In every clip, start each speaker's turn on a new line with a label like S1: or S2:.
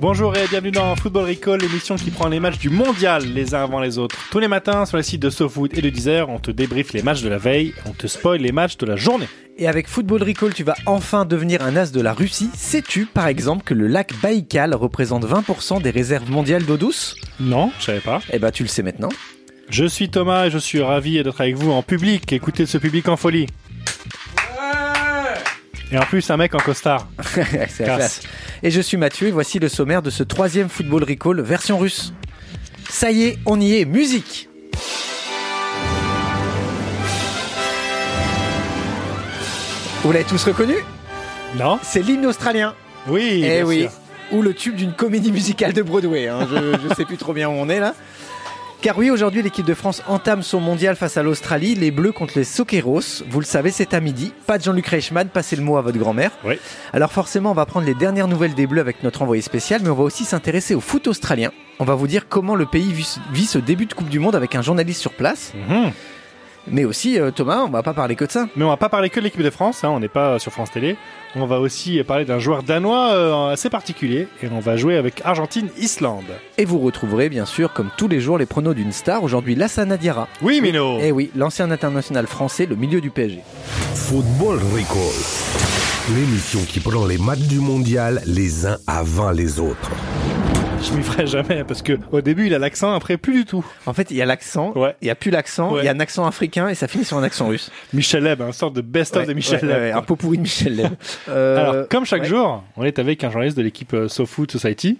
S1: Bonjour et bienvenue dans Football Recall, l'émission qui prend les matchs du mondial les uns avant les autres. Tous les matins sur les sites de SoFoot et de Deezer, on te débriefe les matchs de la veille, on te spoil les matchs de la journée.
S2: Et avec Football Recall, tu vas enfin devenir un as de la Russie. Sais-tu, par exemple, que le lac Baïkal représente 20% des réserves mondiales d'eau douce
S1: Non, je savais pas.
S2: Eh bah, tu le sais maintenant.
S1: Je suis Thomas et je suis ravi d'être avec vous en public. Écoutez ce public en folie. et en plus, un mec en costard.
S2: C'est la
S1: Classe.
S2: classe. Et je suis Mathieu et voici le sommaire de ce troisième Football Recall version russe. Ça y est, on y est, musique Vous l'avez tous reconnu
S1: Non
S2: C'est l'hymne australien.
S1: Oui,
S2: Eh
S1: bien
S2: oui.
S1: sûr.
S2: Ou le tube d'une comédie musicale de Broadway. hein. Je, je sais plus trop bien où on est là. Car oui, aujourd'hui, l'équipe de France entame son mondial face à l'Australie. Les Bleus contre les Soqueros. Vous le savez, c'est à midi. Pas de Jean-Luc Reichmann, passez le mot à votre grand-mère.
S1: Oui.
S2: Alors forcément, on va prendre les dernières nouvelles des Bleus avec notre envoyé spécial, mais on va aussi s'intéresser au foot australien. On va vous dire comment le pays vit ce- vit ce début de Coupe du Monde avec un journaliste sur place.
S1: Mhm.
S2: Mais aussi, euh, Thomas, on va pas parler que de ça.
S1: Mais on va pas parler que de l'équipe de France, hein, on n'est pas sur France Télé. On va aussi parler d'un joueur danois euh, assez particulier et on va jouer avec Argentine-Islande.
S2: Et vous retrouverez, bien sûr, comme tous les jours, les pronos d'une star. Aujourd'hui, Lassana Diarra.
S1: Oui, Mino
S2: Eh oui, l'ancien international français, le milieu du PSG.
S3: Football Recall. L'émission qui prend les matchs du mondial les uns avant les autres.
S1: Je m'y ferai jamais parce que au début il a l'accent, après plus du tout.
S2: En fait, il y a l'accent,
S1: Ouais.
S2: il y a plus l'accent, il
S1: Ouais.
S2: y a un accent africain et ça finit sur un accent russe.
S1: Michel Leb, un sorte de best-of
S2: Ouais,
S1: de Michel
S2: ouais,
S1: Leb.
S2: ouais, un pot pourri de Michel Leb. Euh,
S1: Alors, comme chaque
S2: ouais.
S1: jour, on est avec un journaliste de l'équipe euh, SoFood Society.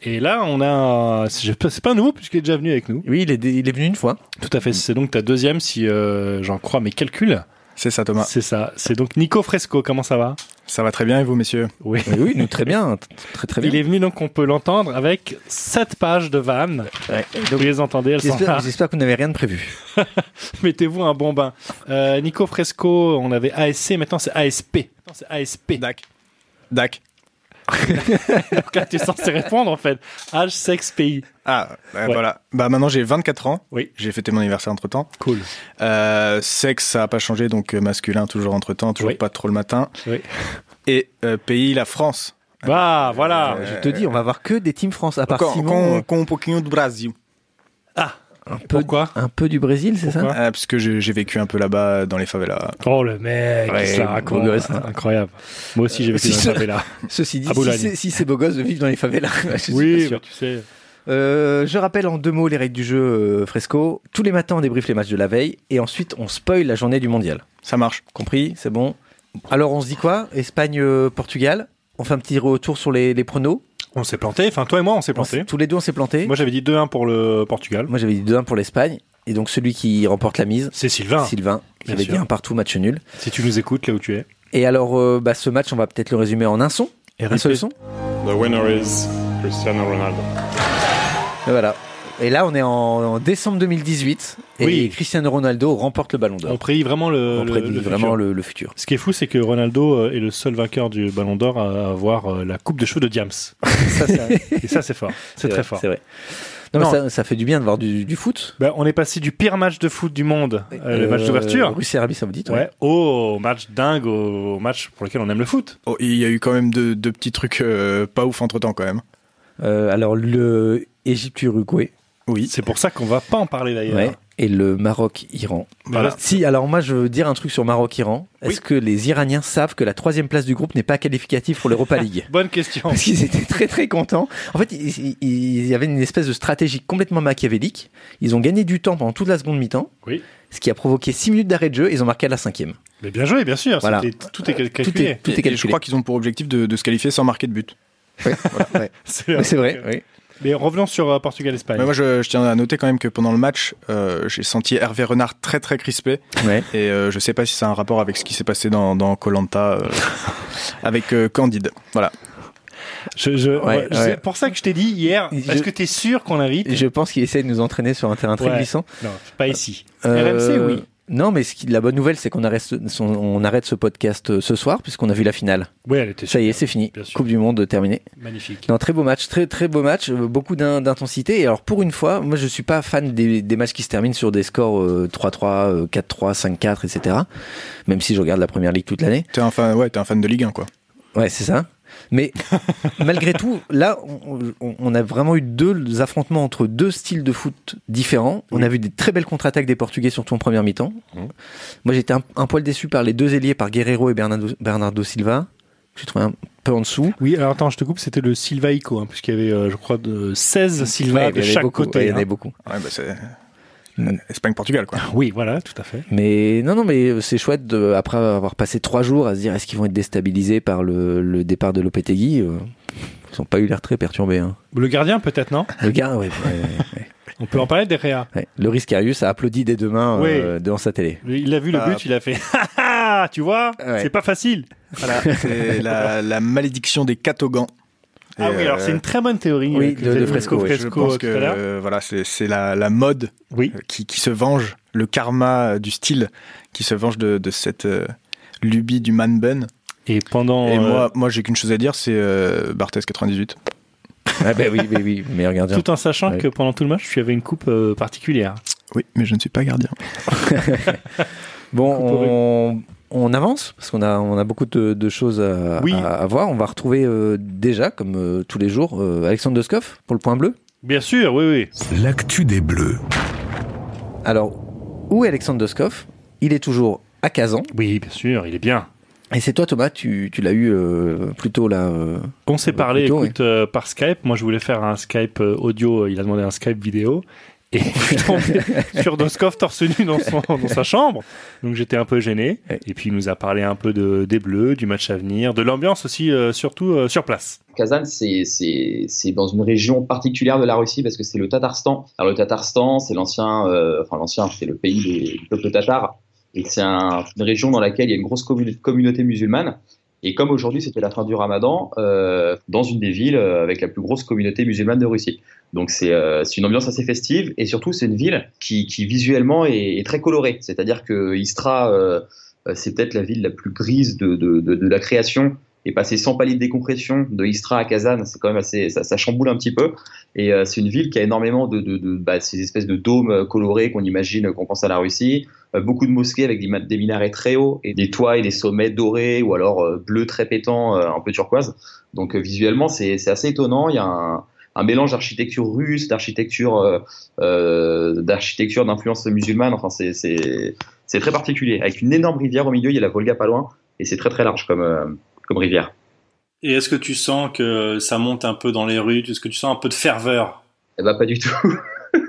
S1: Et là, on a. un- C'est c'est pas nouveau puisqu'il est déjà venu avec nous.
S2: Oui, il est, dé- il est venu une fois.
S1: Tout à fait. C'est donc ta deuxième, si euh, j'en crois mes calculs.
S4: C'est ça, Thomas.
S1: C'est ça. C'est donc Nico Fresco. Comment ça va
S4: Ça va très bien, et vous, messieurs
S1: Oui.
S2: Oui, oui, nous, très bien, t- très très bien.
S1: Il est venu donc, on peut l'entendre, avec sept pages de vannes.
S2: Ouais.
S1: Vous
S2: Donc,
S1: les entendez, elles sont là.
S2: J'espère, j'espère que vous n'avez rien de prévu.
S1: Mettez-vous un bon bain. Euh, Nico Fresco, on avait ASC, maintenant c'est ASP. Maintenant c'est ASP.
S4: Dac. Dac.
S1: Là, tu es censé répondre en fait. Âge, sexe, pays.
S4: Ah, euh,
S1: Ouais.
S4: voilà. Bah maintenant j'ai 24 ans.
S1: Oui.
S4: J'ai fêté mon anniversaire entre temps.
S1: Cool.
S4: sexe, ça a pas changé, donc euh, masculin toujours entre temps, toujours
S1: Oui.
S4: pas trop le matin.
S1: Oui.
S4: Et euh, pays, la France.
S1: Bah voilà.
S4: Euh,
S2: Je te dis, on va avoir que des teams France, à part
S4: Con,
S2: Simon,
S4: con- con un pouquinho de Brasil.
S2: un peu,
S1: Pourquoi
S2: un peu du Brésil, c'est ça
S1: Pourquoi
S4: Ah, parce que j'ai j'ai vécu un peu là-bas euh, dans les favelas.
S1: Oh le mec,
S2: Ouais,
S1: il se la raconte.
S2: beau gosse, hein.
S1: Incroyable. Moi aussi j'ai vécu
S2: Si
S1: dans
S2: ce-
S1: cette là.
S2: Ceci dit,
S1: À
S2: si
S1: Boulogne.
S2: c'est, si c'est beau gosse de vivre dans les favelas, je suis pas
S1: Oui,
S2: sûr.
S1: mais tu sais.
S2: Euh, je rappelle en deux mots les règles du jeu euh, Fresco. Tous les matins, on débriefe les matchs de la veille et ensuite, on spoil la journée du mondial.
S4: Ça marche.
S2: Compris, c'est bon. Alors on se dit quoi Espagne-Portugal On fait un petit retour sur les, les pronos.
S1: On s'est planté. Enfin toi et moi on s'est
S2: On
S1: planté.
S2: s- Tous les deux on s'est plantés.
S1: Moi
S2: Moi,
S1: j'avais dit 2-1 pour le Portugal.
S2: j'avais dit 2-1 pour l'Espagne. Et donc celui qui remporte la mise,
S1: C'est Sylvain.
S2: Sylvain, qui
S1: Ah, Bien
S2: avait
S1: sûr.
S2: dit un partout match nul.
S1: Si tu nous écoutes là où tu es.
S2: Et alors euh, bah, ce match, on va peut-être le résumer en un son. un seul son.
S5: The winner is Cristiano Ronaldo.
S2: Et voilà. Et là on est en, en décembre 2018 et
S1: Oui.
S2: Cristiano Ronaldo remporte le ballon d'or.
S1: On prédit vraiment le.
S2: On
S1: le-
S2: prédit
S1: le futur.
S2: vraiment le, le futur.
S1: Ce qui est fou, c'est que Ronaldo euh, est le seul vainqueur du Ballon d'Or à avoir euh, la coupe de cheveux de Diams. Ça, c'est- et ça, c'est fort. C'est très
S2: vrai,
S1: fort.
S2: C'est vrai. Non,
S1: Non.
S2: mais Ça, ça fait du bien de voir du, du foot.
S1: Bah, on est passé du pire match de foot du monde, euh, le match
S2: Euh,
S1: d'ouverture,
S2: Russie-Arabie Saoudite.
S1: ouais, au match dingue, au match pour lequel on aime le foot.
S4: Oh, Il y a eu quand même deux, deux petits trucs euh, pas ouf entre temps quand même.
S2: Euh, alors le Égypte-Uruguay.
S4: Oui.
S1: C'est pour ça qu'on va pas en parler d'ailleurs.
S2: Ouais. Et le Maroc-Iran.
S1: Voilà.
S2: Si, alors moi je veux dire un truc sur Maroc-Iran. Est-ce
S1: Oui.
S2: que les Iraniens savent que la troisième place du groupe n'est pas qualificative pour l'Europa League
S1: Bonne question.
S2: Parce qu'ils étaient très très contents. En fait, ils- ils- il y avait une espèce de stratégie complètement machiavélique. Ils ont gagné du temps pendant toute la seconde mi-temps.
S1: Oui.
S2: Ce qui a provoqué 6 minutes d'arrêt de jeu, et ils ont marqué à la cinquième.
S1: Mais bien joué, bien sûr.
S2: Voilà.
S1: C'était- Tout est cal-
S2: Tout est,
S1: calculé.
S2: tout est
S4: Et- et je
S2: calculé.
S4: crois qu'ils ont pour objectif de, de se qualifier sans marquer de but.
S1: C'est
S2: Mais C'est vrai. oui.
S1: Mais revenons sur euh, Portugal-Espagne.
S4: Mais moi, je, je tiens à noter quand même que pendant le match, euh, j'ai senti Hervé Renard très très crispé.
S2: Ouais.
S4: Et euh, je sais pas si ça a un rapport avec ce qui s'est passé dans dans Colanta avec euh, Candide. Voilà.
S1: Je- je- ouais, je-
S2: ouais.
S1: C'est pour ça que je t'ai dit hier,
S2: Je-
S1: est-ce que t'es sûr qu'on l'invite
S2: Je pense qu'ils essaient de nous entraîner sur un terrain très
S1: Ouais.
S2: glissant.
S1: Non, pas ici.
S2: Euh,
S1: RMC, oui.
S2: Non, mais ce qui- la bonne nouvelle, c'est qu'on arrête, ce- son- on arrête ce podcast euh, ce soir, puisqu'on a vu la finale.
S1: Oui, elle était
S2: Ça y est,
S1: super.
S2: c'est fini.
S1: Bien sûr.
S2: Coupe du Monde terminée.
S1: Magnifique.
S2: Non, très beau match, très très beau match, euh, beaucoup d'in- d'intensité. Et alors pour une fois, moi je suis pas fan des, des matchs qui se terminent sur des scores euh, 3-3, euh, 4-3, 5-4, etc. Même si je regarde la première ligue toute l'année.
S4: T'es un fan, ouais, t'es un fan de Ligue 1, quoi.
S2: Ouais, c'est ça. Mais malgré tout, là, on, on- on a vraiment eu deux affrontements entre deux styles de foot différents. On a vu des très belles contre-attaques des Portugais, surtout en première mi-temps. Moi, j'étais un, un poil déçu par les deux ailiers, par Guerrero et Bernardo, Bernardo Silva. que J'ai trouvé un peu en dessous.
S1: Oui, alors attends, je te coupe, c'était le Silvaïco, hein, puisqu'il y avait, euh, je crois, de 16 Silva
S2: Ouais, il y
S1: de
S2: en avait
S1: chaque
S2: beaucoup,
S1: côté.
S2: ouais, il y en
S1: hein.
S2: avait beaucoup.
S4: Ouais, bah c'est.
S2: Mm.
S4: Espagne-Portugal, quoi.
S1: Oui, voilà, tout à fait.
S2: Mais non, non, mais euh, c'est chouette de, après avoir passé trois jours à se dire est-ce qu'ils vont être déstabilisés par le, le départ de Lopetegui. euh, Ils n'ont pas eu l'air très perturbés. hein.
S1: Le gardien, peut-être, non
S2: Le gars, ouais, ouais, ouais, ouais.
S1: On peut en parler derrière.
S2: Ouais. Le Riscarius a applaudi dès demain euh, devant sa télé.
S1: Il a vu le
S4: Ah.
S1: but, il a fait Ah, ah, tu vois,
S2: Ouais.
S1: c'est pas facile.
S4: Voilà, c'est la, la malédiction des catogans.
S1: Ah
S4: Et,
S1: oui, alors
S4: euh,
S1: c'est une très bonne théorie
S2: oui,
S1: euh, que
S2: de-
S1: vous avez
S2: de
S1: dit,
S2: Fresco,
S1: Fresco,
S2: ouais,
S4: Je
S1: Fresco,
S4: pense
S1: tout
S4: que
S1: à l'heure.
S4: euh, voilà, c'est c'est la, la mode
S1: Oui.
S4: euh, qui, qui se venge, le karma euh, du style qui se venge de, de cette euh, lubie du man bun.
S1: Et pendant
S4: Et
S1: euh,
S4: moi, moi j'ai qu'une chose à dire, c'est euh, Barthez 98.
S2: Ah ben oui, oui, oui, meilleur gardien.
S1: euh, tout en sachant
S2: Ouais.
S1: que pendant tout le match, tu avais une coupe euh, particulière.
S4: Oui, mais je ne suis pas gardien.
S2: Bon,
S1: Coupe au
S2: on, on avance parce qu'on a, on a beaucoup de, de choses à,
S1: Oui.
S2: à- à voir. On va retrouver euh, déjà, comme euh, tous les jours, euh, Alexandre Doscoff pour le point bleu.
S1: Bien sûr, oui, oui.
S3: L'actu des Bleus.
S2: Alors, où est Alexandre Doscoff Il est toujours à Kazan.
S1: Oui, bien sûr, il est bien.
S2: Et c'est toi, Thomas, tu, tu l'as eu euh, plus tôt là. euh,
S1: On s'est
S2: Euh,
S1: parlé,
S2: plutôt,
S1: écoute, euh, par Skype. Moi, je voulais faire un Skype euh, audio. euh, Il a demandé un Skype vidéo. Et je suis tombé sur Doskov torse nu dans, son, dans sa chambre. Donc j'étais un peu gêné.
S2: Ouais.
S1: Et puis il nous a parlé un peu de, des Bleus, du match à venir, de l'ambiance aussi, euh, surtout euh, sur place.
S6: Kazan, c'est- c'est c'est dans une région particulière de la Russie parce que c'est le Tatarstan. Alors le Tatarstan, c'est l'ancien, euh, enfin l'ancien, c'est le pays des- du peuple tatar. Et c'est un- une région dans laquelle il y a une grosse commun- communauté musulmane. Et comme aujourd'hui c'était la fin du Ramadan, euh, dans une des villes euh, avec la plus grosse communauté musulmane de Russie. Donc c'est euh, c'est une ambiance assez festive et surtout c'est une ville qui, qui visuellement est, est très colorée. C'est-à-dire que Istra, euh, euh, c'est peut-être la ville la plus grise de, de- de- de la création et passer sans palier de décompression de Istra à Kazan, c'est quand même assez, ça, ça chamboule un petit peu. Et euh, c'est une ville qui a énormément de, de, de- bah, ces espèces de dômes euh, colorés qu'on imagine euh, qu'on pense à la Russie, Euh, beaucoup de mosquées avec des, ma- des minarets très hauts et des toits et des sommets dorés ou alors euh, bleus très pétants, euh, un peu turquoise. Donc euh, visuellement, c'est c'est assez étonnant. Il y a un, un mélange d'architecture russe, d'architecture, euh, euh, d'architecture d'influence musulmane. Enfin, c'est c'est- c'est très particulier. Avec une énorme rivière au milieu, il y a la Volga pas loin et c'est très très large comme, euh, comme rivière.
S7: Et est-ce que tu sens que ça monte un peu dans les rues Est-ce que tu sens un peu de ferveur
S6: Eh ben, pas du tout.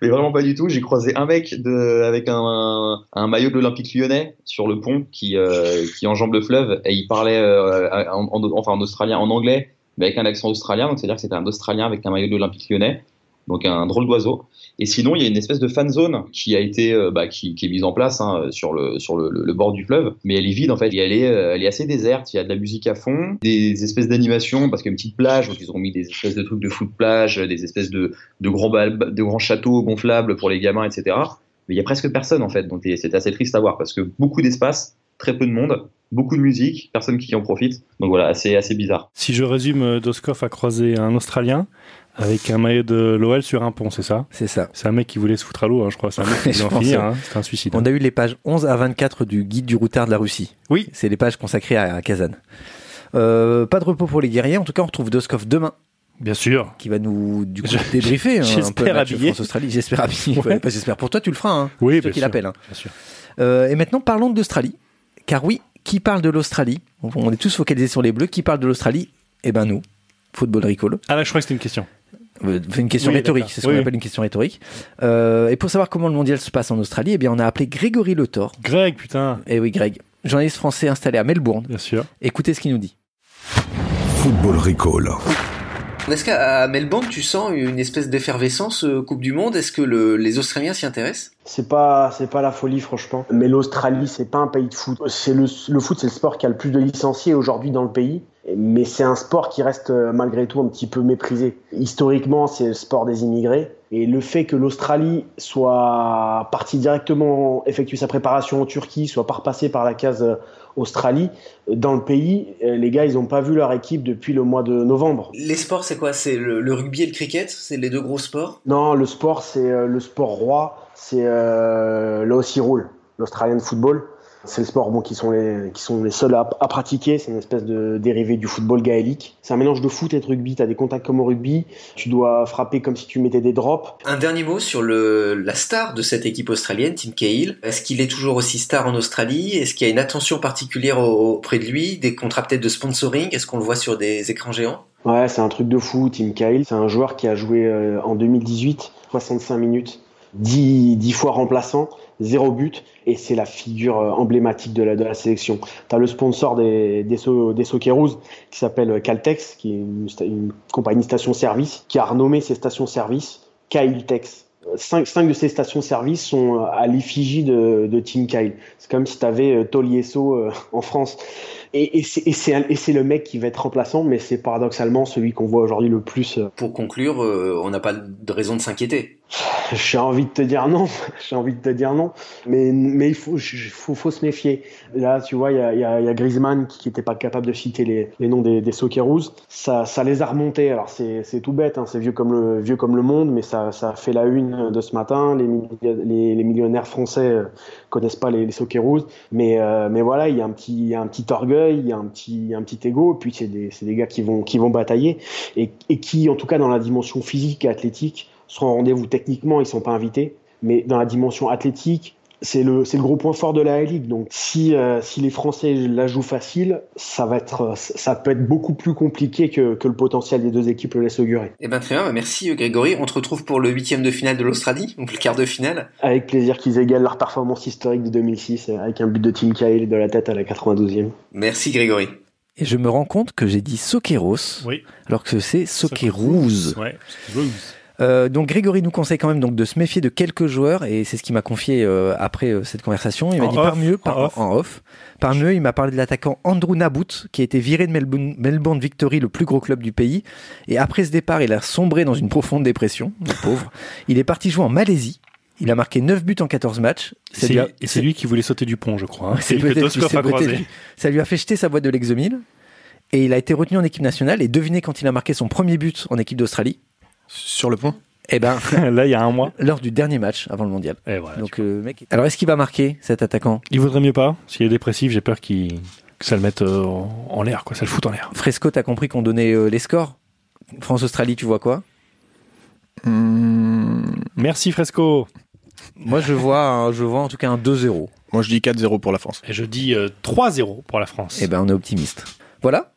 S6: Mais vraiment pas du tout. J'ai croisé un mec de, avec un, un maillot de l'Olympique lyonnais sur le pont qui, euh, qui enjambe le fleuve et il parlait euh, en, en- enfin, en australien, en anglais, mais avec un accent australien. Donc c'est-à-dire que c'était un australien avec un maillot de l'Olympique lyonnais. Donc un drôle d'oiseau. Et sinon, il y a une espèce de fan zone qui a été, euh, bah, qui, qui est mise en place hein, sur le sur le, le- le bord du fleuve, mais elle est vide en fait. Et elle est, euh, elle est assez déserte. Il y a de la musique à fond, des espèces d'animations parce qu'il y a une petite plage donc ils ont mis des espèces de trucs de foot plage, des espèces de de grands bal- de grands châteaux gonflables pour les gamins, etc. Mais il y a presque personne en fait, donc et c'est assez triste à voir parce que beaucoup d'espace, très peu de monde, beaucoup de musique, personne qui en profite. Donc voilà, c'est assez bizarre.
S1: Si je résume, euh, Doskov a croisé un Australien avec un maillot de l'OL sur un pont, c'est ça
S2: c'est ça.
S1: C'est un mec qui voulait se foutre à l'eau, hein, je crois. C'est un mec qui
S2: Je
S1: voulait en
S2: pense,
S1: finir.
S2: ouais.
S1: hein. C'est un suicide.
S2: On a eu les pages 11 à 24 du guide du routard de la Russie.
S1: Oui.
S2: C'est les pages consacrées à, à Kazan. Euh, pas de repos pour les guerriers. En tout cas, on retrouve Doskov demain,
S1: Bien sûr.
S2: qui va nous du coup,
S1: Je-
S2: débriefer. hein, un peu
S1: j'espère
S2: le match
S1: habillé.
S2: France-Australie. J'espère habillé.
S1: Ouais.
S2: Ouais, pas j'espère pour toi, tu le feras. Hein.
S1: Oui,
S2: C'est toi
S1: bien
S2: qui
S1: sûr.
S2: l'appelle. hein.
S1: Bien sûr.
S2: Euh, et maintenant, parlons d'Australie. Car oui, qui parle de l'Australie on, on est tous focalisés sur les Bleus. Qui parle de l'Australie Eh ben nous, football ricolo.
S1: Ah là, je crois que c'était une question.
S2: Euh, Une question
S1: Oui,
S2: rhétorique,
S1: d'accord.
S2: c'est ce qu'on
S1: Oui.
S2: appelle une question rhétorique. Euh, et pour savoir comment le mondial se passe en Australie, eh bien on a appelé Grégory Le Thor.
S1: Greg, putain.
S2: Eh oui, Greg, journaliste français installé à Melbourne.
S1: Bien sûr.
S2: Écoutez ce qu'il nous dit.
S3: Football Recall.
S8: Est-ce qu'à Melbourne, tu sens une espèce d'effervescence euh, Coupe du Monde Est-ce que le- les Australiens s'y intéressent
S9: C'est pas, c'est pas la folie, franchement. Mais l'Australie, c'est pas un pays de foot. C'est le, le foot, c'est le sport qui a le plus de licenciés aujourd'hui dans le pays. Mais c'est un sport qui reste euh, malgré tout un petit peu méprisé. Historiquement, c'est le sport des immigrés. Et le fait que l'Australie soit partie directement effectuer sa préparation en Turquie, soit pas repassée par la case euh, Australie, euh, dans le pays, euh, les gars, ils n'ont pas vu leur équipe depuis le mois de novembre.
S8: Les sports, c'est quoi C'est le, le rugby et le cricket C'est les deux gros sports
S9: Non, le sport, c'est euh, le sport roi, c'est euh, le Aussie Rule, l'Australian Football. C'est le sport bon, qui, sont les, qui sont les seuls à, à pratiquer, c'est une espèce de dérivé du football gaélique. C'est un mélange de foot et de rugby, tu as des contacts comme au rugby, tu dois frapper comme si tu mettais des drops.
S8: Un dernier mot sur le, la star de cette équipe australienne, Tim Cahill. Est-ce qu'il est toujours aussi star en Australie Est-ce qu'il y a une attention particulière au- auprès de lui Des contrats peut-être de sponsoring Est-ce qu'on le voit sur des écrans géants
S9: Ouais, c'est un truc de fou, Tim Cahill. C'est un joueur qui a joué euh, en 2018 65 minutes, 10, 10 fois remplaçant, 0 but, et c'est la figure euh, emblématique de la, de la sélection. T'as le sponsor des, des, So- des Socceroos qui s'appelle euh, Caltex, qui est une, sta- une compagnie station-service, qui a renommé ses stations-service Cahill-Tex. Euh, Cinq, cinq de ces stations-service sont euh, à l'effigie de, de Tim Cahill. C'est comme si t'avais avais Toliesso euh, en France. Et, et c'est- et c'est un- et c'est le mec qui va être remplaçant, mais c'est paradoxalement celui qu'on voit aujourd'hui le plus. euh.
S8: Pour conclure, euh, on n'a pas de raison de s'inquiéter.
S9: J'ai envie de te dire non, j'ai envie de te dire non, mais, mais il faut, je- faut, faut se méfier. Là, tu vois, il y a, il y a- il y a Griezmann qui n'était pas capable de citer les, les noms des, des Socceroos. Ça, ça les a remontés. Alors, c'est c'est tout bête, hein, c'est vieux, comme le- vieux comme le monde, mais ça, ça fait la une de ce matin. Les, million- les, les millionnaires français euh, connaissent pas les, les Socceroos, mais, euh, mais voilà, il y, a un petit, il y a un petit orgueil, il y a un petit, il y a un petit ego, et puis c'est des, c'est des gars qui vont, qui vont batailler et, et qui, en tout cas, dans la dimension physique et athlétique, seront au rendez-vous techniquement, ils sont pas invités, mais dans la dimension athlétique, c'est le, c'est le gros point fort de la Ligue. Donc, si, euh, si les Français la jouent facile, ça, va être, euh, ça peut être beaucoup plus compliqué que, que le potentiel des deux équipes le laisse augurer.
S8: Eh ben très bien, bah merci euh, Grégory. On te retrouve pour le huitième de finale de l'Australie, donc le quart de finale.
S9: Avec plaisir qu'ils égalent leur performance historique de 2006 euh, avec un but de Tim Cahill de la tête à la 92e.
S8: Merci Grégory.
S2: Et je me rends compte que j'ai dit Soqueros, alors que c'est Soquerouz. Euh, donc Grégory nous conseille quand même donc de se méfier de quelques joueurs et c'est ce qu'il m'a confié euh, après euh, cette conversation. Il m'a
S1: En
S2: dit
S1: off,
S2: parmi eux, par,
S1: en off.
S2: en off, parmi eux, il m'a parlé de l'attaquant Andrew Nabout qui a été viré de Melbourne, Melbourne Victory, le plus gros club du pays. Et après ce départ, il a sombré dans une profonde dépression, le pauvre. Il est parti jouer en Malaisie. Il a marqué 9 buts en 14 matchs.
S1: C'est
S2: bien-
S1: lui, et c'est lui qui voulait sauter du pont, je crois. hein.
S2: c'est
S1: lui que
S2: peut-être-
S1: Toskov
S2: c'est
S1: a
S2: peut-être
S1: croisé.
S2: lui. Ça lui a fait jeter sa boîte de l'exomile et il a été retenu en équipe nationale. Et devinez quand il a marqué son premier but en équipe d'Australie Sur le pont Eh ben,
S1: là, il y a un mois.
S2: Lors du dernier match avant le mondial.
S1: Ah,
S2: Donc, euh, mec... Alors, est-ce qu'il va marquer cet attaquant
S1: Il vaudrait mieux pas. S'il est dépressif, j'ai peur qu'il, que ça le mette euh, en en l'air, quoi. Ça le fout en l'air.
S2: Fresco, t'as compris qu'on donnait euh, les scores France-Australie, tu vois quoi
S4: Hmm.
S1: Merci Fresco.
S2: Moi, je vois, un- je vois en tout cas un 2-0.
S4: Moi, je dis 4-0 pour la France.
S1: Et je dis euh, 3-0 pour la France.
S2: Eh ben, on est optimiste. Voilà.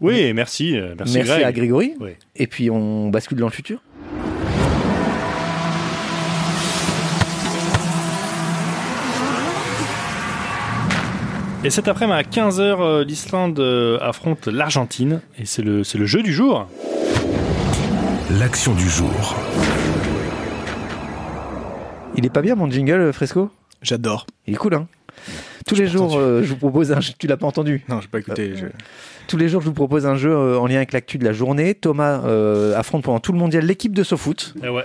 S1: Oui, merci. euh, Merci,
S2: Merci,
S1: Greg.
S2: à Grégory.
S1: Oui.
S2: Et puis, on bascule dans le futur.
S1: Et cet après-midi à 15h, l'Islande euh, affronte l'Argentine. Et c'est le, c'est le jeu du jour.
S3: L'action du jour.
S2: Il est pas bien mon jingle, euh, Fresco J'adore. Il est cool, hein Tous les jours, euh, je vous propose un jeu. Tu l'as pas entendu
S4: Non, j'ai pas écouté. je-
S2: Tous les jours, je vous propose un jeu euh, en lien avec l'actu de la journée. Thomas euh, affronte pendant tout le mondial l'équipe de SoFoot.
S1: Eh ouais.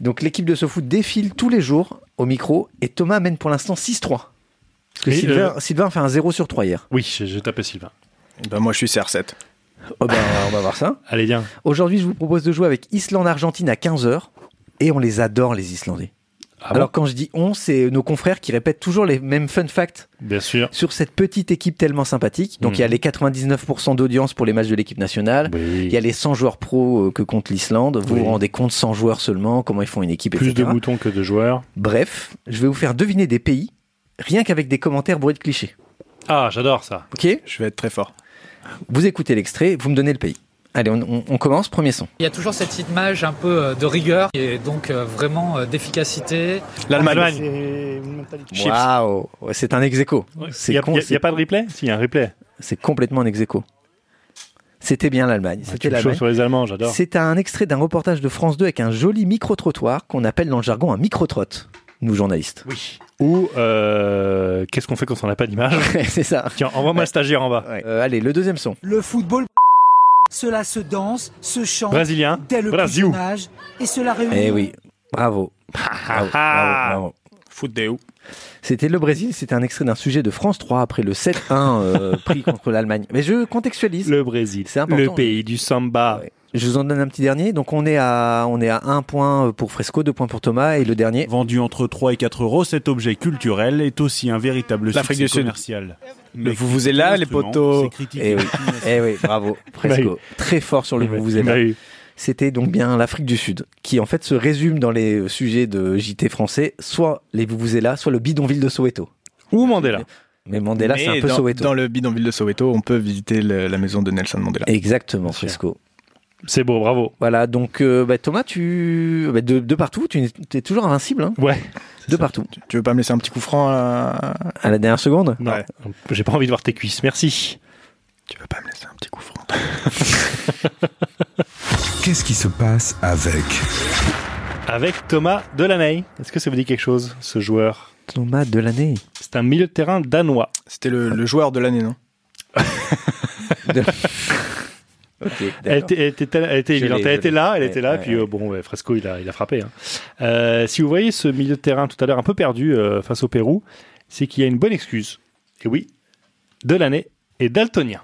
S2: Donc l'équipe de SoFoot défile tous les jours au micro et Thomas mène pour l'instant 6-3. Parce que
S1: Et,
S2: Sylvain,
S1: euh,
S2: Sylvain a fait un 0 sur 3 hier.
S1: Oui, j'ai j'ai tapé Sylvain.
S4: Ben, moi, je suis CR7.
S2: Oh ben, on va voir ça.
S1: Allez, bien.
S2: Aujourd'hui, je vous propose de jouer avec Islande-Argentine à 15h. Et on les adore, les Islandais.
S1: Ah bon
S2: Alors quand je dis on, c'est nos confrères qui répètent toujours les mêmes fun facts
S1: Bien sûr.
S2: sur cette petite équipe tellement sympathique. Donc il y a
S1: Mhm.
S2: les 99% d'audience pour les matchs de l'équipe nationale. Il y a les 100 joueurs pro euh, que compte l'Islande. Vous
S1: Oui.
S2: vous rendez compte 100 joueurs seulement, comment ils font une équipe,
S1: Plus de
S2: etc.
S1: boutons que de joueurs.
S2: Bref, je vais vous faire deviner des pays rien qu'avec des commentaires bourrés de clichés.
S1: Ah, j'adore ça.
S2: Ok
S4: Je vais être très fort.
S2: Vous écoutez l'extrait, vous me donnez le pays. Allez, on, on- on commence. Premier son.
S10: Il y a toujours cette image un peu euh, de rigueur et donc euh, vraiment euh, d'efficacité.
S1: L'Allemagne. Chips.
S2: Waouh Ouais, C'est un ex aequo.
S1: Il n'y a, y a- y a pas de replay
S2: Si, il y a un replay. C'est complètement un ex aequo. C'était bien l'Allemagne. C'était
S1: Ah, tu me chauffes
S2: l'Allemagne.
S1: sur les Allemands, j'adore.
S2: C'est un extrait d'un reportage de France 2 avec un joli micro-trottoir qu'on appelle dans le jargon un micro-trotte, nous journalistes.
S1: Oui. Ou euh, qu'est-ce qu'on fait quand on n'a pas d'image
S2: C'est ça.
S1: Tiens, envoie-moi un stagiaire en bas.
S2: Euh, allez, le deuxième son.
S11: Le football, cela se danse, se chante
S1: Brésilien.
S11: dès le
S1: Brasil.
S11: plus jeune âge, et cela réunit
S2: Eh oui, Bravo.
S1: Ah
S2: Bravo, bravo,
S4: Foot des ou.
S2: C'était le Brésil, c'était un extrait d'un sujet de France 3 après le 7-1 euh, pris contre l'Allemagne. Mais je contextualise.
S1: Le Brésil,
S2: c'est important.
S1: le pays du samba.
S2: Je vous en donne un petit dernier. Donc on est à on est à un point pour Fresco, deux points pour Thomas et le dernier.
S11: Vendu entre 3 et 4 euros, cet objet culturel est aussi un véritable
S4: L'Afrique
S11: succès
S4: du Sud.
S11: commercial.
S4: Le vous vous êtes là, les
S11: Instrument,
S4: poteaux.
S11: c'est critiqué.
S2: Eh oui, eh oui, bravo
S11: Bah oui.
S2: Fresco, très fort sur le
S11: Bah oui.
S2: vous êtes là.
S11: Bah oui.
S2: C'était donc bien l'Afrique du Sud qui en fait se résume dans les euh, sujets de JT français, soit les vous vous êtes là, soit le bidonville de Soweto.
S1: Ou Mandela.
S2: Mais Mandela, c'est
S4: Mais
S2: un peu
S4: dans,
S2: Soweto.
S4: Dans le bidonville de Soweto, on peut visiter le- la maison de Nelson Mandela.
S2: Exactement, Fresco.
S1: C'est beau, bravo.
S2: Voilà, donc euh, bah, Thomas, tu bah, de, de partout, tu es toujours invincible. Hein
S1: ouais.
S2: De partout.
S4: Tu veux pas me laisser un petit coup franc à,
S2: à la dernière seconde
S1: Non, j'ai pas envie de voir tes cuisses. Merci.
S3: Qu'est-ce qui se passe avec
S1: Avec Thomas Delaney. Est-ce que ça vous dit quelque chose, ce joueur
S2: Thomas Delaney.
S1: C'est un milieu de terrain danois.
S4: C'était le, le joueur de l'année, non
S1: Elle était, elle était- elle était
S4: Je
S1: évidente.
S4: l'ai,
S1: Elle
S4: je
S1: était
S4: l'ai.
S1: là, elle était
S4: Ouais,
S1: là.
S4: ouais,
S1: puis euh, bon, ouais, Fresco, il a, il a frappé. hein. Euh, si vous voyez ce milieu de terrain tout à l'heure un peu perdu euh, face au Pérou, c'est qu'il y a une bonne excuse. Et oui, de l'année et daltonien.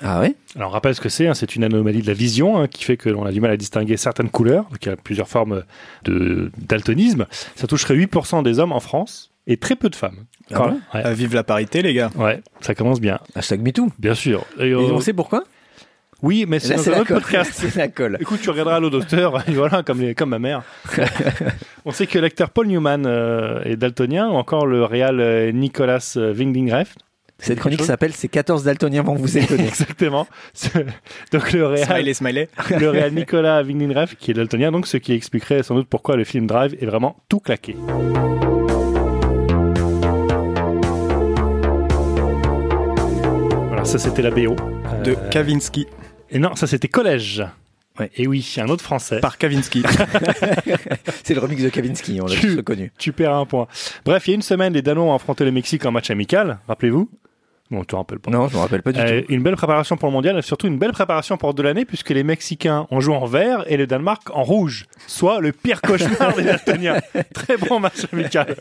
S2: Ah ouais
S1: Alors on rappelle ce que c'est, hein, c'est une anomalie de la vision hein, qui fait que l'on a du mal à distinguer certaines couleurs, donc il y a plusieurs formes de daltonisme. Ça toucherait 8% des hommes en France et très peu de femmes.
S4: Ah bon Ah, vive la parité les gars
S1: Ouais, ça commence bien.
S2: Hashtag MeToo
S1: Bien sûr.
S2: Et
S1: euh,
S2: on sait pourquoi
S1: Oui, mais c'est
S2: Là,
S1: dans
S2: c'est
S1: un
S2: la
S1: autre
S2: colle.
S1: podcast.
S2: C'est la colle.
S1: Écoute, tu regarderas l'eau d'auteur, et voilà, comme, les- comme ma mère. On sait que l'acteur Paul Newman euh, est daltonien, ou encore le réal euh, Nicolas euh, Winding
S2: Cette chronique s'appelle C'est 14 daltoniens vont vous étonner.
S1: Exactement. Ce- Donc le réal,
S4: Smiley, smiley.
S1: le réal Nicolas Winding qui est daltonien, donc ce qui expliquerait sans doute pourquoi le film Drive est vraiment tout claqué. Voilà, ça c'était la BO.
S4: De
S2: Euh,
S1: Kavinsky. Et non, ça c'était Collège. Et oui, un autre français.
S4: Par Kavinsky.
S2: c'est le remix de Kavinsky, on l'a
S1: Tu-
S2: tous reconnu.
S1: Tu perds un point. Bref, il y a une semaine, les Danois ont affronté le Mexique en match amical, rappelez-vous. Non, tu te rappelles pas.
S2: Non, je me rappelle pas du
S1: Euh,
S2: tout.
S1: Une belle préparation pour le mondial, et surtout une belle préparation pour de l'année, puisque les Mexicains ont joué en vert et le Danemark en rouge, soit le pire cauchemar des Daltoniens. Très bon match amical.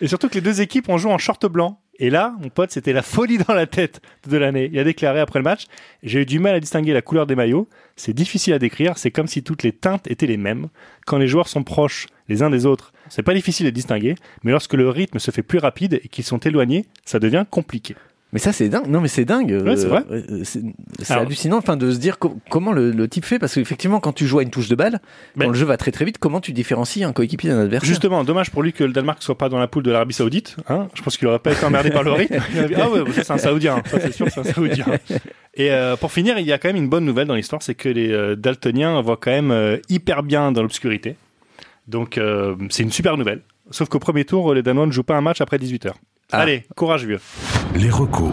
S1: Et surtout que les deux équipes ont joué en short blanc. Et là, mon pote, c'était la folie dans la tête de l'année. Il a déclaré après le match J'ai eu du mal à distinguer la couleur des maillots. C'est difficile à décrire. C'est comme si toutes les teintes étaient les mêmes. Quand les joueurs sont proches les uns des autres, c'est pas difficile à distinguer. Mais lorsque le rythme se fait plus rapide et qu'ils sont éloignés, ça devient compliqué.
S2: Mais ça, c'est dingue. Non, mais c'est dingue.
S1: Ouais, c'est
S2: Euh,
S1: vrai.
S2: euh, C'est c'est
S1: Alors-
S2: hallucinant enfin, de se dire co- comment le, le type fait, parce qu'effectivement, quand tu joues à une touche de balle,
S1: Ben-
S2: quand le jeu va très très vite, comment tu différencies un coéquipier d'un adversaire
S1: Justement, dommage pour lui que le Danemark soit pas dans la poule de l'Arabie Saoudite. Hein Je pense qu'il aurait pas été emmerdé par le rythme. Il aurait dit, ah ouais, ça, c'est un Saoudien. Ça, c'est sûr, c'est un Saoudien. Et euh, pour finir, il y a quand même une bonne nouvelle dans l'histoire, c'est que les euh, Daltoniens voient quand même euh, hyper bien dans l'obscurité. Donc euh, c'est une super nouvelle. Sauf qu'au premier tour, les Danois ne jouent pas un match après 18h.
S2: Ah.
S1: Allez, courage vieux.
S3: les recos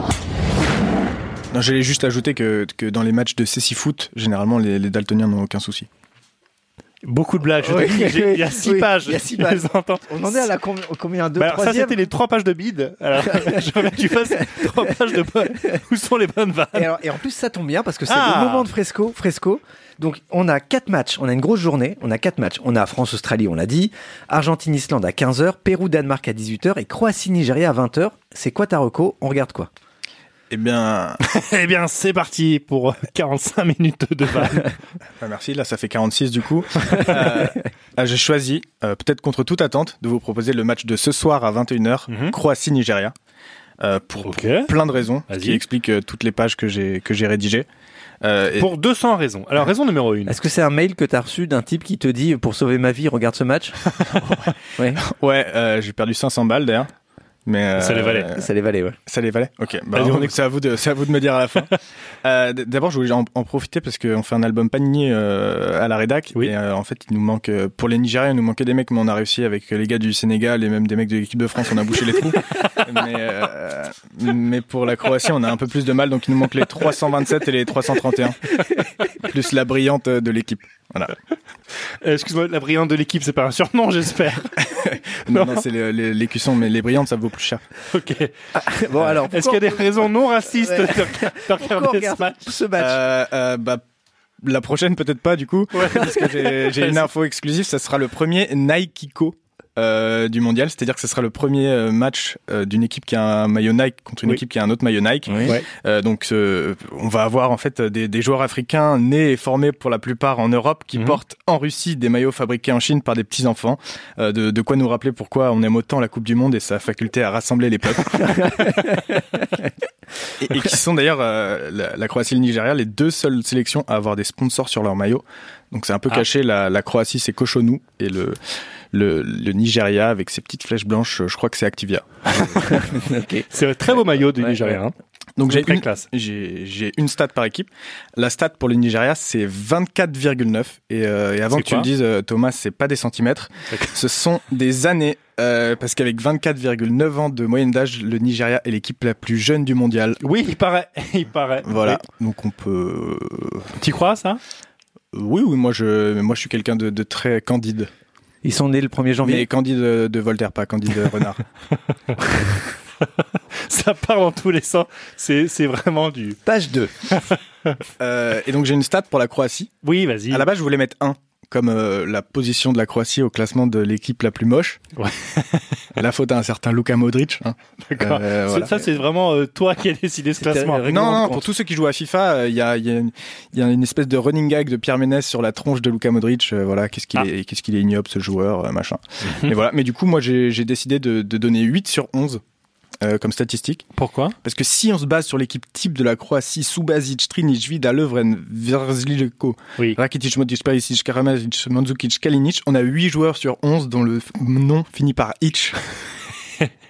S4: Non, j'allais juste ajouter que, que dans les matchs de Cécifoot, Foot, généralement les, les daltoniens n'ont aucun souci.
S1: Beaucoup de blagues. je
S2: Oui,
S1: te dis, j'ai- il y a
S2: oui,
S1: six
S2: oui,
S1: pages.
S2: il y a six
S1: Je les
S2: pages.
S1: entends.
S2: On en est à la com- combien de
S1: Bah, alors, ça,
S2: troisième
S1: c'était les trois pages de bide. Alors, j'aimerais que tu fasses trois pages de bonnes. Où sont les bonnes vannes
S2: Et, alors- et en plus, ça tombe bien parce que c'est
S1: Ah.
S2: le moment de Fresco. Fresco. Donc, on a quatre matchs. On a une grosse journée. On a quatre matchs. On a France-Australie, on l'a dit. Argentine-Islande à 15h. Pérou-Danemark à 18h. Et Croatie-Nigeria à 20h. C'est quoi ta reco On regarde quoi
S4: Eh bien.
S1: eh bien, c'est parti pour 45 minutes de vanne.
S4: Ah, merci, là ça fait 46 du coup. Euh, ah, J'ai choisi, euh, peut-être contre toute attente, de vous proposer le match de ce soir à 21h,
S2: Mhm.
S4: Croatie-Nigéria, euh, pour, pour plein de raisons, ce qui explique euh, toutes les pages que j'ai que j'ai rédigées. Euh, et-
S1: Pour 200 raisons. Alors, raison numéro 1.
S2: Est-ce que c'est un mail que t'as reçu d'un type qui te dit pour sauver ma vie, regarde ce match Ouais.
S4: Ouais, euh, j'ai perdu 500 balles d'ailleurs. Mais euh,
S2: Ça les valait. Ah, Ça les valait, ouais.
S4: Ça les valait. Ok. bah,
S2: Vas-y, on
S4: c'est à vous de, c'est à vous de me dire à la fin. Euh, d- D'abord, je voulais en, en profiter parce qu'on fait un album Panini euh, à la rédac. Et euh, en fait, il nous manque euh, pour les Nigériens, il nous manquait des mecs, mais on a réussi avec les gars du Sénégal et même des mecs de l'équipe de France, on a bouché les trous. mais, euh, mais pour la Croatie, on a un peu plus de mal, donc il nous manque les 327 et les 331, plus la brillante euh, de l'équipe. Voilà.
S1: Euh, Excuse-moi, la brillante de l'équipe, c'est pas un surnom, j'espère.
S4: Non, non, c'est le- le- l'écusson, mais les brillantes, ça vaut plus cher.
S1: Ok.
S2: bon, alors.
S1: Est-ce qu'il y a des raisons non racistes
S4: Ouais. Ah,
S1: de- de regarder ce match
S4: Euh, euh, bah, la prochaine peut-être pas du coup, parce que j'ai- j'ai une info exclusive, ça sera le premier Nike-Co. euh, du mondial, c'est-à-dire que ce sera le premier euh, match euh, d'une équipe qui a un maillot Nike contre une
S11: Oui.
S4: équipe qui a un autre maillot Nike.
S11: Ouais.
S4: Euh, donc euh, on va avoir en fait des, des joueurs africains nés et formés pour la plupart en Europe
S1: Mhm.
S4: qui portent en Russie des maillots fabriqués en Chine par des petits enfants. Euh, de, de quoi nous rappeler pourquoi on aime autant la Coupe du Monde et sa faculté à rassembler les peuples. et, et qui sont d'ailleurs euh, la, la Croatie et le Nigeria les deux seules sélections à avoir des sponsors sur leurs maillots. Donc c'est un peu
S11: Ah.
S4: caché. La, la Croatie c'est Cochonou et le, le le Nigeria avec ses petites flèches blanches, euh, je crois que c'est Activia.
S1: C'est un très beau maillot du Nigeria. hein.
S4: Donc
S1: C'est
S4: j'ai
S1: très
S4: une,
S1: classe.
S4: j'ai j'ai une stat par équipe. La stat pour le Nigeria, c'est 24,9. Et, euh, et avant
S1: C'est
S4: que tu le
S1: quoi
S4: dises, euh, Thomas, c'est pas des centimètres, ce sont des années. euh, parce qu'avec 24,9 ans de moyenne d'âge, le Nigeria est l'équipe la plus jeune du mondial.
S1: Oui, il paraît. Il paraît.
S4: Voilà, donc on peut. euh,
S1: Tu crois ça
S4: Oui, oui, moi je, moi je suis quelqu'un de, de très candide.
S2: Ils sont nés le 1er janvier.
S4: Mais candide euh, de Voltaire, pas candide euh, renard.
S1: Ça part dans tous les sens. C'est c'est vraiment du.
S4: Page 2. Euh, et donc j'ai une stat pour la Croatie.
S1: Oui, vas-y.
S4: À la base, je voulais mettre 1 comme euh, la position de la Croatie au classement de l'équipe la plus moche. la faute à un certain Luka Modric. hein.
S1: D'accord.
S4: Euh,
S1: C'est-
S4: voilà.
S1: Ça, c'est vraiment euh, toi qui as décidé ce classement.
S4: Non, non, pour tous ceux qui jouent à FIFA, euh, il y, a, il y a une- il y a une espèce de running gag de Pierre Ménès sur la tronche de Luka Modric. euh, voilà, qu'est-ce qu'il
S1: Ah.
S4: est, qu'est-ce qu'il est ignoble ce joueur, euh, machin. Mais voilà. Mais du coup, moi, j'ai j'ai décidé de, de donner 8 sur 11 euh, comme statistique.
S1: Pourquoi
S4: Parce que si on se base sur l'équipe type de la Croatie, Subasic, Trinic, Vida, Lovren, Verzliljko, Rakitic, Modic, Perisic, Karamasic, Mandzukic, Kalinic, on a 8 joueurs sur 11 dont le f- nom finit par Itch.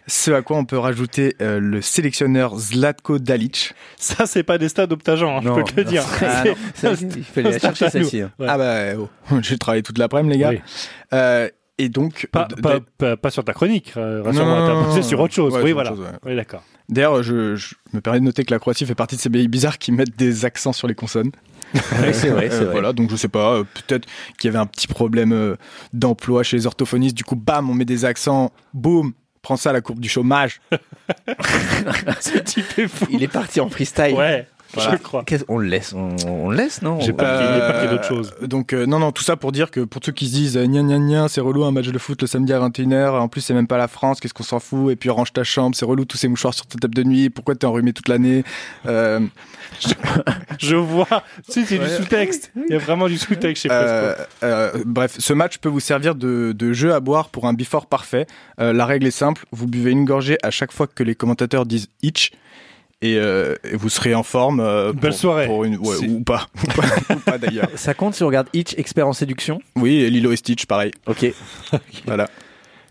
S4: Ce à quoi on peut rajouter euh, le sélectionneur Zlatko Dalic.
S1: Ça, c'est pas des stades d'Optajan, hein, je peux te le dire.
S4: Ah, non.
S1: C'est- c'est un stade à nous.
S2: hein.
S1: Ouais.
S4: Ah bah, oh, j'ai travaillé toute l'après-midi, les gars. Euh, et donc.
S1: Pas,
S4: d-
S1: pas-
S4: d-
S1: pas- pas sur ta chronique, euh,
S4: Non,
S1: rassure-moi.
S4: non,
S1: t'as
S4: non,
S1: pensé sur autre chose.
S4: ouais,
S1: oui,
S4: sur
S1: voilà.
S4: autre chose, ouais.
S1: Oui, d'accord.
S4: D'ailleurs, je, je me permets de noter que la Croatie fait partie de ces pays bizarres qui mettent des accents sur les consonnes. Euh,
S2: Ouais, c'est vrai, c'est vrai.
S4: Voilà, donc je sais pas, euh, peut-être qu'il y avait un petit problème euh, d'emploi chez les orthophonistes. Du coup, bam, on met des accents, boum, prends ça à la courbe du chômage.
S2: Ce
S1: type est fou.
S2: Il est parti en freestyle.
S1: Ouais,
S4: je crois.
S2: Qu'est-ce- On le laisse, on, on le laisse, non
S4: J'ai pas qu'il y ait- pas qu'il y ait d'autres choses. Euh, Donc euh, non non tout ça pour dire que pour ceux qui se disent euh, gna gna gna c'est relou un match de foot le samedi à 21h en plus c'est même pas la France qu'est-ce qu'on s'en fout et puis range ta chambre c'est relou tous ces mouchoirs sur ta table de nuit pourquoi t'es enrhumé toute l'année euh...
S1: Je vois. Si, c'est du
S4: Ouais.
S1: sous-texte. Il y a vraiment du sous-texte chez Prespo.
S4: Euh, euh, bref, ce match peut vous servir de, de jeu à boire pour un before parfait. Euh, la règle est simple, vous buvez une gorgée à chaque fois que les commentateurs disent itch. Et, euh, et vous serez en forme. euh,
S2: Belle
S4: pour-
S2: soirée.
S4: pour une- ouais,
S2: C'est-
S4: ou pas. Ou pas, ou pas d'ailleurs.
S2: Ça compte si on regarde Hitch, expert en séduction
S4: Oui, et Lilo et Stitch, pareil.
S2: Ok.
S4: voilà.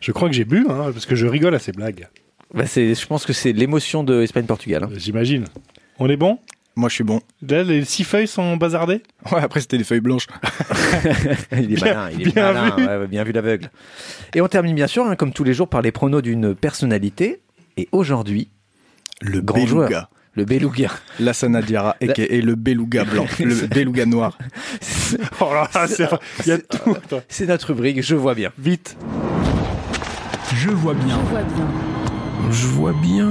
S1: Je crois que j'ai bu, hein, parce que je rigole à ces blagues.
S2: Bah c'est, je pense que c'est l'émotion de Espagne-Portugal. hein.
S1: J'imagine. On est bon
S4: Moi, je suis bon.
S1: Là, les six feuilles sont bazardées
S4: Ouais, après, c'était des feuilles blanches.
S2: il est
S1: Bien-
S2: malin, il est
S1: bien
S2: malin.
S1: vu.
S2: ouais, ouais, bien vu l'aveugle. Et on termine bien sûr, hein, comme tous les jours, par les pronos d'une personnalité. Et aujourd'hui,
S4: le
S2: grand
S4: beluga.
S2: joueur, le Beluga.
S4: La Sanadiara, et le beluga blanc, le beluga noir.
S1: Oh là là, c'est- euh, il y a tout.
S2: C'est notre rubrique, je vois bien.
S1: Vite.
S11: Je vois bien.
S12: Je vois bien.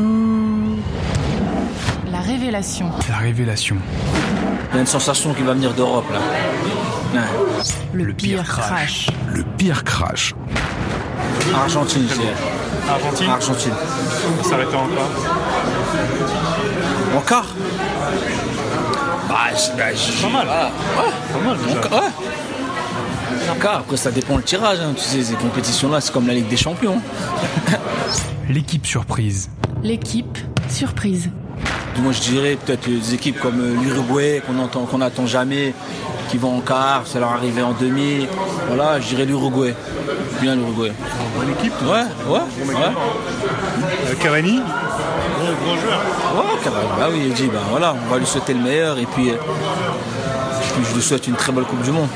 S13: La révélation.
S12: La révélation. Il y a une sensation qui va venir d'Europe là.
S13: Le, pire crash.
S12: Le pire crash. Argentine,
S1: Argentine
S12: Argentine.
S1: On s'arrêtait encore.
S12: Encore Bah, je- bah, je-
S1: Pas mal.
S12: Ouais. Encore, ouais. Encore, après ça dépend le tirage. hein. Tu sais, ces compétitions-là, c'est comme la Ligue des Champions. L'équipe surprise.
S13: L'équipe surprise.
S12: Moi, je dirais peut-être des équipes comme euh, l'Uruguay, qu'on entend, qu'on n'attend jamais, qui vont en quart, ça leur arrivait en demi. Voilà, je dirais l'Uruguay. Bien l'Uruguay. Bonne équipe Ouais, ouais.
S1: Euh,
S12: ouais.
S1: Cavani
S12: Gros joueur. Ouais, Cavani. Bah oui, il dit, bah voilà, on va lui souhaiter le meilleur et puis, euh, puis je lui souhaite une très belle Coupe du Monde.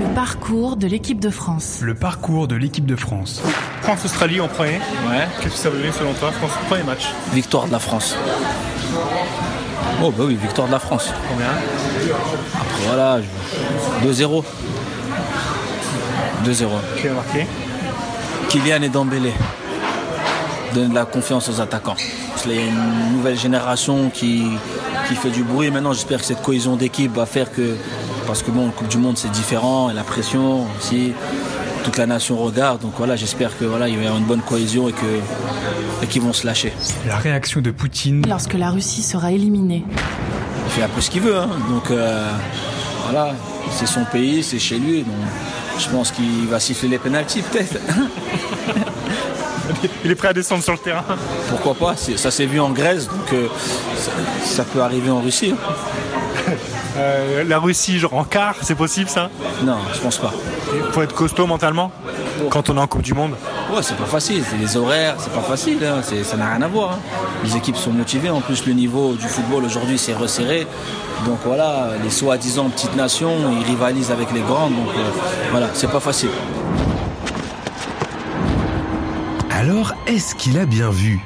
S13: Le parcours de l'équipe de France.
S12: Le parcours de l'équipe de France.
S1: France-Australie en premier.
S12: Ouais.
S1: Qu'est-ce que ça veut dire selon toi France, premier match.
S12: Victoire de la France. Oh bah oui, victoire de la France.
S1: Combien
S12: Après voilà, je- 2-0. 2-0.
S1: Qui a marqué
S12: Kylian et Dembélé donne de la confiance aux attaquants. Parce qu'il y a une nouvelle génération qui,
S4: qui fait du bruit. Maintenant, j'espère que cette cohésion d'équipe va faire que. Parce que bon, Coupe du Monde, c'est différent, et la pression aussi. Toute la nation regarde. Donc voilà, j'espère que voilà, il va y avoir une bonne cohésion et que et qu'ils vont se lâcher.
S14: La réaction de Poutine.
S15: Lorsque la Russie sera éliminée.
S4: Il fait un peu ce qu'il veut, hein. Donc euh, voilà, c'est son pays, c'est chez lui. Donc je pense qu'il va siffler les pénaltys peut-être.
S1: Il est prêt à descendre sur le terrain.
S4: Pourquoi pas c'est- Ça s'est vu en Grèce, donc euh, ça, ça peut arriver en Russie. hein.
S1: Euh, la Russie, genre en quart, c'est possible ça
S4: Non, je pense pas.
S1: Faut être costaud mentalement quand on est en Coupe du Monde.
S4: Ouais, c'est pas facile. C'est les horaires, c'est pas facile. hein. C'est- Ça n'a rien à voir. hein. Les équipes sont motivées. En plus, le niveau du football aujourd'hui, c'est resserré. Donc voilà, les soi-disant petites nations, ils rivalisent avec les grandes. Donc euh, voilà, c'est pas facile.
S3: Alors, est-ce qu'il a bien vu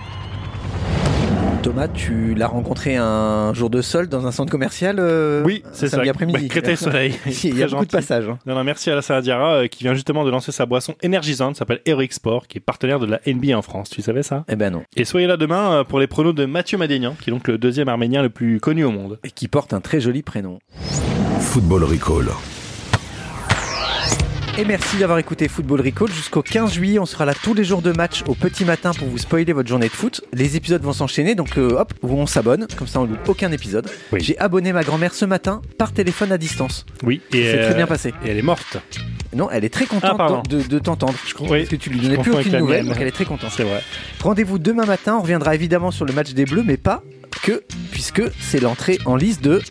S2: Thomas, tu l'as rencontré un jour de solde dans un centre commercial euh,
S1: Oui,
S2: un
S1: c'est ça.
S2: samedi après-midi.
S1: Bah, Créteil Soleil.
S2: Il y a
S1: Très
S2: beaucoup de
S1: gentil.
S2: passages. hein.
S1: Non, non, merci à la Saladiara euh, qui vient justement de lancer sa boisson énergisante, s'appelle Heroic Sport, qui est partenaire de la NBA en France. Tu savais ça
S2: Eh ben non.
S1: Et soyez là demain euh, pour les pronos de Mathieu Madénian, qui est donc le deuxième Arménien le plus connu au monde.
S2: Et qui porte un très joli prénom.
S3: Football Recall.
S2: Et merci d'avoir écouté Football Recall jusqu'au 15 juillet. On sera là tous les jours de match au petit matin pour vous spoiler votre journée de foot. Les épisodes vont s'enchaîner, donc euh, hop, vous, on s'abonne, comme ça on loupe aucun épisode. J'ai abonné ma grand-mère ce matin par téléphone à distance.
S1: Oui, et
S2: c'est
S1: euh,
S2: très bien passé.
S1: Et elle est morte.
S2: Non, elle est très contente
S1: Ah, pardon.
S2: de, de t'entendre. Je comprends parce que tu lui
S1: je
S2: donnais plus
S1: confonds avec
S2: aucune
S1: la
S2: nouvelle,
S1: mienne.
S2: donc elle est très contente.
S1: C'est vrai.
S2: Rendez-vous demain matin. On reviendra évidemment sur le match des Bleus, mais pas que, puisque c'est l'entrée en lice de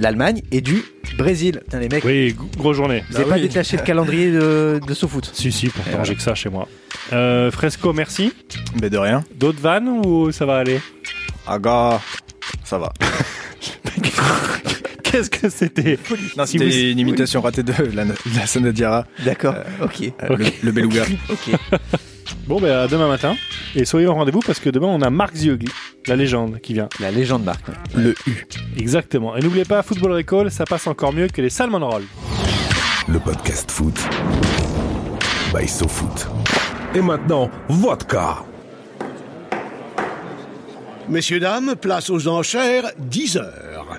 S2: l'Allemagne et du Brésil. Putain, les mecs.
S1: Oui, grosse journée.
S2: Vous
S1: Bah
S2: n'avez pas
S1: oui.
S2: détaché le calendrier de, de foot
S1: Si, si, pourtant j'ai que ça chez moi. Euh, Fresco, merci. Mais de rien. D'autres vannes ou ça va aller Aga, ça va. Qu'est-ce que c'était
S16: Non,
S1: Si
S16: c'était
S1: vous-
S16: une imitation ratée de la, de la Sanadiara.
S2: D'accord, ok.
S16: Le, le beluga.
S1: Bon, ben à demain matin. Et soyez au rendez-vous parce que demain, on a Marc Ziogli, la légende, qui vient.
S2: La légende Marc.
S1: Le U. Exactement. Et n'oubliez pas, Football Recall, ça passe encore mieux que les Salmon Roll.
S3: Le podcast foot. By SoFoot. Et maintenant, vodka.
S17: Messieurs, dames, place aux enchères, 10 heures.